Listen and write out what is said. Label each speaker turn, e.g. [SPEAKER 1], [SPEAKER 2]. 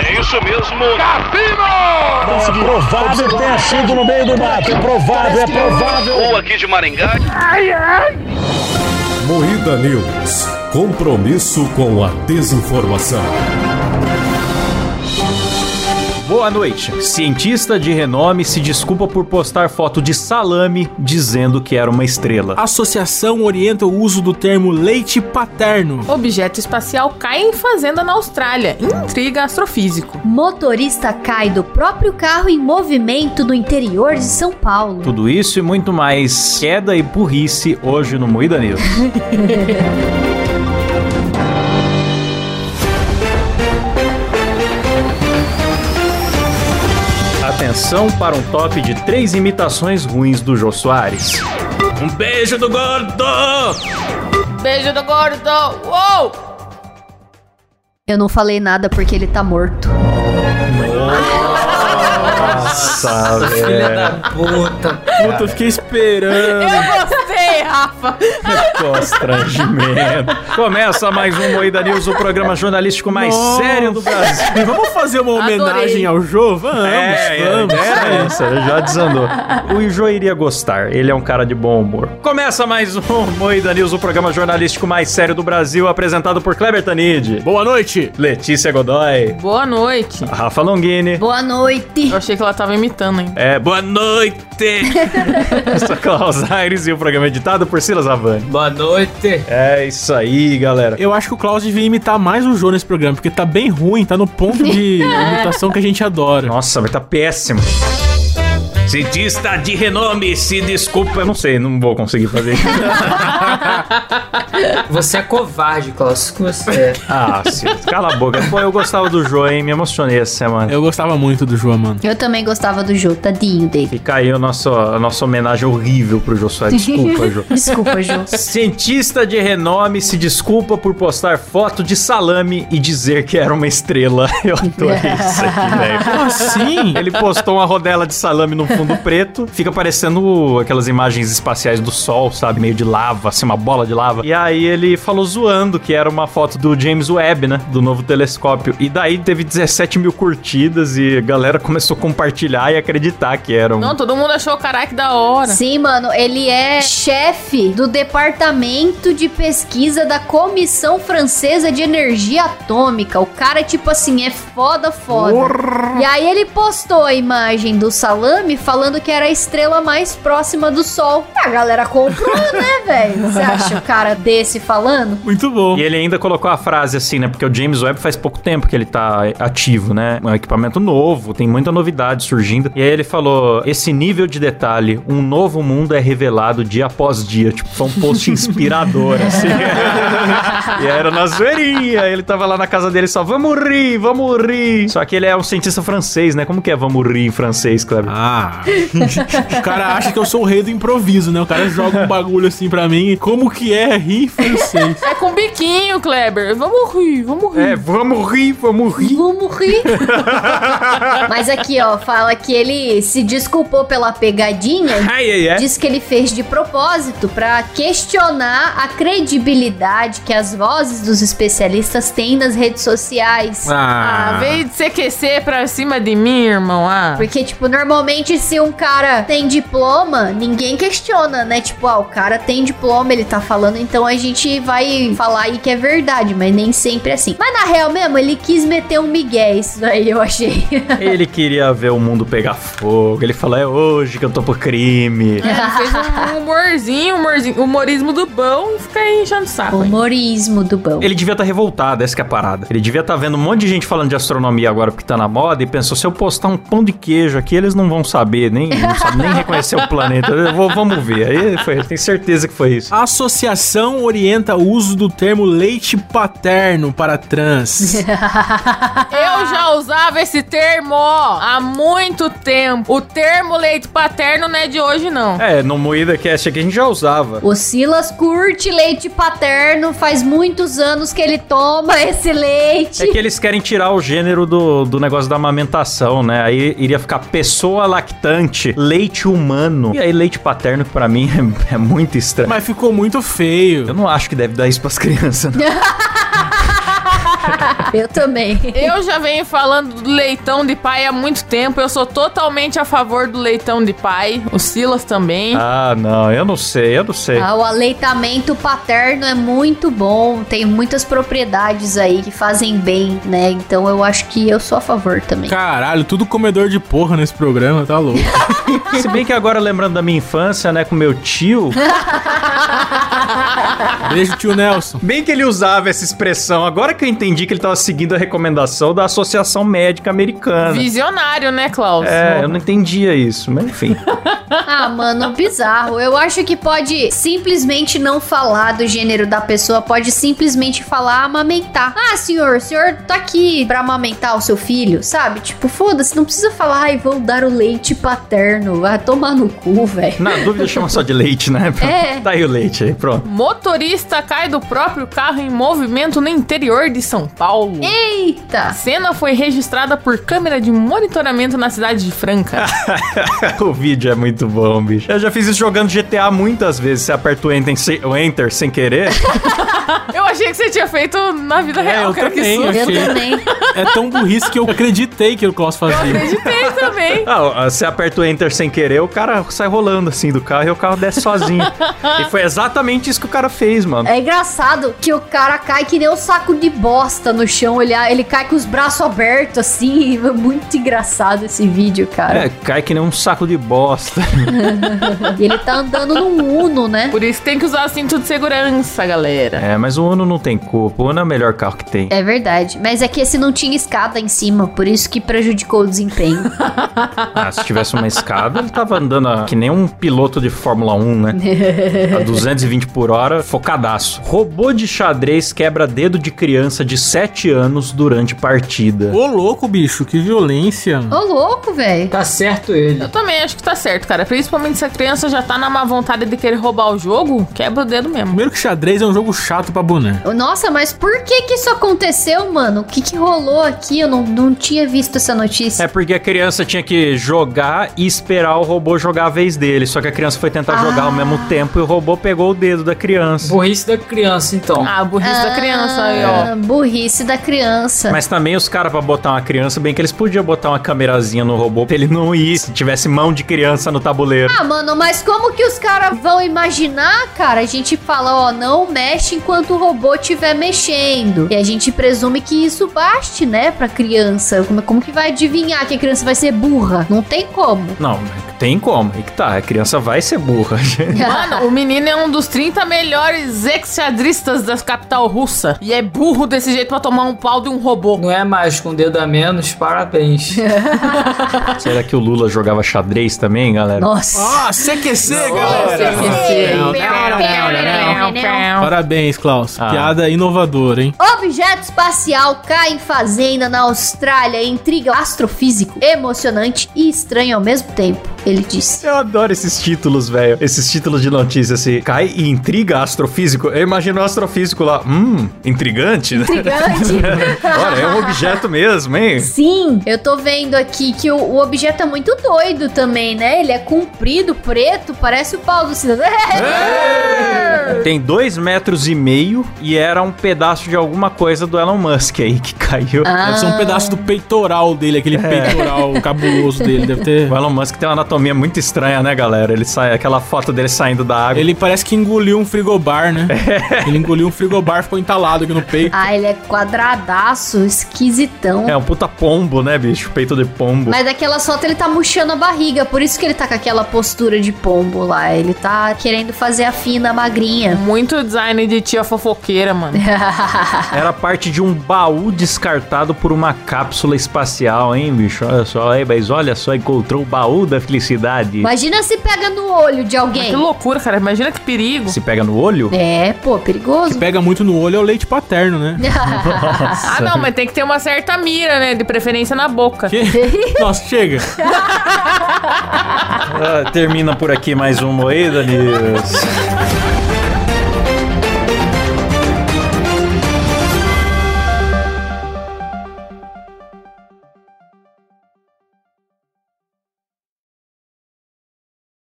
[SPEAKER 1] É isso mesmo. Cassino!
[SPEAKER 2] É provável ter sido no meio do mato. É provável, é provável.
[SPEAKER 1] Ou aqui de Maringá.
[SPEAKER 3] Moída News. Compromisso com a desinformação.
[SPEAKER 4] Boa noite. Cientista de renome se desculpa por postar foto de salame dizendo que era uma estrela.
[SPEAKER 5] A associação orienta o uso do termo leite paterno.
[SPEAKER 6] Objeto espacial cai em fazenda na Austrália. Intriga astrofísico.
[SPEAKER 7] Motorista cai do próprio carro em movimento no interior de São Paulo.
[SPEAKER 4] Tudo isso e muito mais queda e burrice hoje no Moída News. Atenção para um top de três imitações ruins do Jô Soares.
[SPEAKER 5] Um beijo do gordo!
[SPEAKER 6] Beijo do gordo. Uou!
[SPEAKER 7] Eu não falei nada porque ele tá morto.
[SPEAKER 4] Nossa,
[SPEAKER 8] Filha
[SPEAKER 4] velho.
[SPEAKER 8] da puta.
[SPEAKER 5] Puta, eu fiquei esperando.
[SPEAKER 6] Eu gostei, Rafa.
[SPEAKER 4] Constrangimento. Começa mais um Moída News, o programa jornalístico mais
[SPEAKER 5] Nossa.
[SPEAKER 4] sério do Brasil. É,
[SPEAKER 5] E vamos fazer uma
[SPEAKER 6] Adorei.
[SPEAKER 5] homenagem ao Jô? Vamos, vamos.
[SPEAKER 4] era essa, já desandou. O Jô iria gostar, ele é um cara de bom humor. Começa mais um Moída News, o programa jornalístico mais sério do Brasil, apresentado por Kleber Tanid,
[SPEAKER 5] Boa noite.
[SPEAKER 4] Letícia Godoy,
[SPEAKER 6] Boa noite.
[SPEAKER 4] Rafa Longini.
[SPEAKER 7] Boa noite.
[SPEAKER 6] Eu achei que ela tava imitando, hein?
[SPEAKER 4] É,
[SPEAKER 5] Boa noite.
[SPEAKER 4] Sou Klaus Aires e o programa é editado por Silas Avani.
[SPEAKER 8] Boa noite.
[SPEAKER 4] É isso aí, galera.
[SPEAKER 5] Eu acho que o Klaus devia imitar mais o Jô nesse programa, porque tá bem ruim, tá no ponto de imitação que a gente adora.
[SPEAKER 4] Nossa, mas tá péssimo.
[SPEAKER 5] Cientista de renome, se desculpa.
[SPEAKER 4] Eu não sei, não vou conseguir fazer isso.
[SPEAKER 8] Você é covarde, Klaus. que Você é.
[SPEAKER 4] Ah, Silas, cala a boca. Pô, eu gostava do Jô, hein? Me emocionei essa semana.
[SPEAKER 5] Eu gostava muito do Jô, mano.
[SPEAKER 7] Eu também gostava do Jô, tadinho dele.
[SPEAKER 4] Fica aí a nossa, a nossa homenagem horrível pro Jô Soares. Desculpa, Jô.
[SPEAKER 7] Desculpa, Jô.
[SPEAKER 4] Cientista de renome se desculpa por postar foto de salame e dizer que era uma estrela. Eu adorei isso aqui, velho.
[SPEAKER 5] Como assim?
[SPEAKER 4] Ele postou uma rodela de salame no fundo preto. Fica parecendo aquelas imagens espaciais do sol, sabe? Meio de lava, assim, uma bola de lava. E aí ele falou zoando que era uma foto do James Webb, né? Do novo telescópio. E daí teve 17 mil curtidas e a galera começou a compartilhar e acreditar que era
[SPEAKER 5] É.
[SPEAKER 4] um...
[SPEAKER 6] Não, todo mundo achou o caraca da hora.
[SPEAKER 7] Sim, mano, ele é chefe do departamento de pesquisa da Comissão Francesa de Energia Atômica. O cara, tipo assim, é foda, foda. E aí ele postou a imagem do salame falando que era a estrela mais próxima do Sol. E a galera comprou, né, velho? Você acha o cara desse falando?
[SPEAKER 5] Muito bom.
[SPEAKER 4] E ele ainda colocou a frase assim, né? Porque o James Webb faz pouco tempo que ele tá ativo, né? É um equipamento novo, tem muita novidade surgindo. E aí ele falou: esse nível de detalhe, um novo mundo é revelado dia após dia. Tipo, foi um post inspirador, assim. e era na zoeirinha. Ele tava lá na casa dele só, vamos rir, vamos rir. Só que ele é um cientista francês, né? Como que é vamos rir em francês, Kleber?
[SPEAKER 5] Ah, o cara acha que eu sou o rei do improviso, né? O cara joga um bagulho assim pra mim. Como que é rir em francês?
[SPEAKER 6] É com biquinho, Kleber. Vamos rir, vamos rir.
[SPEAKER 4] É, vamos rir, vamos rir.
[SPEAKER 7] Vamos rir. Mas aqui, ó, fala que ele se desculpou pela pegadinha
[SPEAKER 4] Ai, ai, ai.
[SPEAKER 7] Diz que ele fez de propósito para questionar a credibilidade que as vozes dos especialistas têm nas redes sociais.
[SPEAKER 6] Ah, veio de CQC pra cima de mim, irmão. Ah.
[SPEAKER 7] Porque, tipo, normalmente se um cara tem diploma, ninguém questiona, né? Tipo, ah, o cara tem diploma, ele tá falando, então a gente vai falar aí que é verdade, mas nem sempre é assim. Mas na real mesmo, ele quis meter um migué, isso daí eu achei.
[SPEAKER 4] Ele queria ver o mundo pegar fogo. Ele falou: é hoje que eu tô pro crime.
[SPEAKER 6] Ele fez um um humorzinho, humorzinho, humorismo do bom e fica aí enchendo o saco. hein?
[SPEAKER 7] Humorismo do bom.
[SPEAKER 4] Ele devia estar revoltado, essa que é a parada. Ele devia estar vendo um monte de gente falando de astronomia agora porque tá na moda e pensou: se eu postar um pão de queijo aqui, eles não vão saber, nem, não sabem nem reconhecer o planeta. Eu vou- vamos ver. Aí foi, tenho certeza que foi isso.
[SPEAKER 5] A associação orienta o uso do termo leite paterno para trans.
[SPEAKER 6] Eu já usava esse termo há muito tempo. O termo leite paterno não é de hoje, não.
[SPEAKER 4] É, no Moída Cast aqui a gente já usava.
[SPEAKER 7] O Silas curte leite paterno, faz muitos anos que ele toma esse leite.
[SPEAKER 4] É que eles querem tirar o gênero do, do negócio da amamentação, né? Aí iria ficar pessoa lactante, leite humano. E aí, leite paterno, que pra mim é, é muito estranho.
[SPEAKER 5] Mas ficou muito feio.
[SPEAKER 4] Eu não acho que deve dar isso pras crianças, né?
[SPEAKER 7] Eu também.
[SPEAKER 6] Eu já venho falando do leitão de pai há muito tempo. Eu sou totalmente a favor do leitão de pai. O Silas também.
[SPEAKER 4] Ah, não, eu não sei, eu não sei.
[SPEAKER 7] Ah, o aleitamento paterno é muito bom, tem muitas propriedades aí que fazem bem, né? Então eu acho que eu sou a favor também.
[SPEAKER 5] Caralho, tudo comedor de porra nesse programa, tá louco.
[SPEAKER 4] Se bem que agora, lembrando da minha infância, né, com meu tio,
[SPEAKER 5] Beijo, tio Nelson.
[SPEAKER 4] bem que ele usava essa expressão, agora que eu entendi que ele tava seguindo a recomendação da Associação Médica Americana.
[SPEAKER 6] Visionário, né, Klaus?
[SPEAKER 4] É, eu não entendia isso, mas enfim.
[SPEAKER 7] Ah, mano, bizarro. Eu acho que pode simplesmente não falar do gênero da pessoa, pode simplesmente falar amamentar. Ah, senhor, o senhor tá aqui pra amamentar o seu filho, sabe? Tipo, foda-se, não precisa falar, ai, vou dar o leite paterno. Vai tomar no cu, velho.
[SPEAKER 4] Na dúvida, chama só de leite, né?
[SPEAKER 7] É.
[SPEAKER 4] Tá aí o leite aí, pronto.
[SPEAKER 6] Motorista cai do próprio carro em movimento no interior de São Paulo. A
[SPEAKER 7] Eita!
[SPEAKER 6] cena foi registrada por câmera de monitoramento na cidade de Franca.
[SPEAKER 4] o vídeo é muito bom, bicho. Eu já fiz isso jogando GTA muitas vezes. Você aperta o enter, sem- o enter sem querer.
[SPEAKER 6] eu achei que você tinha feito na
[SPEAKER 4] É,
[SPEAKER 6] vida real,
[SPEAKER 5] É, eu
[SPEAKER 6] cara, É, que
[SPEAKER 5] também,
[SPEAKER 6] susto.
[SPEAKER 7] Eu
[SPEAKER 5] achei.
[SPEAKER 7] também.
[SPEAKER 5] É tão burrice que eu acreditei que o Klaus fazia.
[SPEAKER 6] Acreditei também.
[SPEAKER 4] Ah, você aperta o enter sem querer, o cara sai rolando assim do carro e o carro desce sozinho. e foi exatamente isso que o cara fez, mano.
[SPEAKER 7] É engraçado que o cara cai que nem um saco de bosta no chão. Ele, ah, ele cai com os braços abertos, assim. É muito engraçado esse vídeo, cara.
[SPEAKER 4] É, cai que nem um saco de bosta.
[SPEAKER 7] E ele tá andando num Uno, né?
[SPEAKER 6] Por isso que tem que usar cinto de segurança, galera.
[SPEAKER 4] É, mas o Uno não tem culpa. O Uno é o melhor carro que tem.
[SPEAKER 7] É verdade. Mas é que esse não tinha escada em cima, por isso que prejudicou o desempenho.
[SPEAKER 4] Ah, se tivesse uma escada, ele tava andando a- que nem um piloto de Fórmula 1, né? A 220 por hora, focadaço. Robô de xadrez quebra dedo de criança de 7 anos durante partida.
[SPEAKER 5] Ô louco, bicho, que violência.
[SPEAKER 7] Ô, louco, velho.
[SPEAKER 8] Tá certo ele.
[SPEAKER 6] Eu também acho que tá certo, cara. Principalmente se a criança já tá na má vontade de querer roubar o jogo, quebra o dedo mesmo.
[SPEAKER 5] Primeiro que xadrez é um jogo chato pra boné.
[SPEAKER 7] Nossa, mas por que que isso aconteceu, mano? O que que rolou aqui? Eu não, não tinha visto essa notícia.
[SPEAKER 4] É porque a criança tinha que jogar e esperar o robô jogar a vez dele. Só que a criança foi tentar jogar ao mesmo tempo e o robô pegou o dedo da criança.
[SPEAKER 8] Burrice da criança, então.
[SPEAKER 6] Ah, burrice da criança aí, ó.
[SPEAKER 8] É.
[SPEAKER 7] Ah, burrice da criança.
[SPEAKER 4] Mas também os caras, pra botar uma criança, bem que eles podiam botar uma camerazinha no robô pra ele não ir se tivesse mão de criança no tabuleiro.
[SPEAKER 7] Ah, mano, mas como que os caras vão imaginar, cara? A gente fala, ó, não mexe enquanto o robô estiver mexendo. E a gente presume que isso baste, né, pra criança. Como, como que vai adivinhar que a criança vai ser burra? Não tem como.
[SPEAKER 4] Não, tem como. Aí que tá, a criança vai ser burra.
[SPEAKER 6] Mano, o menino é um dos 30 melhores ex-xadristas da capital russa. E é burro desse jeito pra tomar um pau de um robô.
[SPEAKER 8] Não é mais com dedo a menos, parabéns.
[SPEAKER 4] Será que o Lula jogava xadrez também, galera?
[SPEAKER 7] Nossa.
[SPEAKER 5] Ah, CQC,
[SPEAKER 8] é
[SPEAKER 5] é Parabéns, Klaus.
[SPEAKER 4] Ah.
[SPEAKER 5] Piada inovadora, hein?
[SPEAKER 7] Objeto espacial cai em fazenda na Austrália e intriga astrofísico, emocionante e estranho ao mesmo tempo, ele disse.
[SPEAKER 4] Eu adoro esses títulos, velho. Esses títulos de notícia, assim. Cai e intriga astrofísico. Eu imagino o astrofísico lá. Hum, intrigante, né? Olha, é um objeto mesmo, hein?
[SPEAKER 7] Sim, eu tô vendo aqui que o, o objeto é muito doido também, né? Ele é comprido, preto, parece o pau do cidadão.
[SPEAKER 4] Tem dois metros e meio e era um pedaço de alguma coisa do Elon Musk aí que caiu.
[SPEAKER 5] Deve ser um pedaço do peitoral dele, aquele peitoral cabuloso dele. Deve ter.
[SPEAKER 4] O Elon Musk tem uma anatomia muito estranha, né, galera? Ele sai, aquela foto dele saindo da água.
[SPEAKER 5] Ele parece que engoliu um frigobar, né? Ele engoliu um frigobar, ficou entalado aqui no peito.
[SPEAKER 7] Ah, ele é quadradaço, esquisitão.
[SPEAKER 4] É um puta pombo, né, bicho? Peito de pombo.
[SPEAKER 7] Mas daquela foto ele tá murchando a barriga, por isso que ele tá com aquela postura de pombo lá. Ele tá querendo fazer a fina, a magrinha.
[SPEAKER 6] Muito design de tia fofoqueira, mano.
[SPEAKER 4] Era parte de um baú descartado por uma cápsula espacial, hein, bicho? Olha só, aí, mas olha só, encontrou o baú da felicidade.
[SPEAKER 7] Imagina se pega no olho de alguém.
[SPEAKER 6] Que loucura, cara. Imagina que perigo.
[SPEAKER 4] Se pega no olho?
[SPEAKER 7] É, pô, perigoso.
[SPEAKER 5] Pega muito no olho é o leite paterno, né?
[SPEAKER 6] Ah, não, mas tem que ter uma certa mira, né? De preferência na boca.
[SPEAKER 5] Que- Nossa, chega.
[SPEAKER 4] Ah, termina por aqui mais um Moeda News.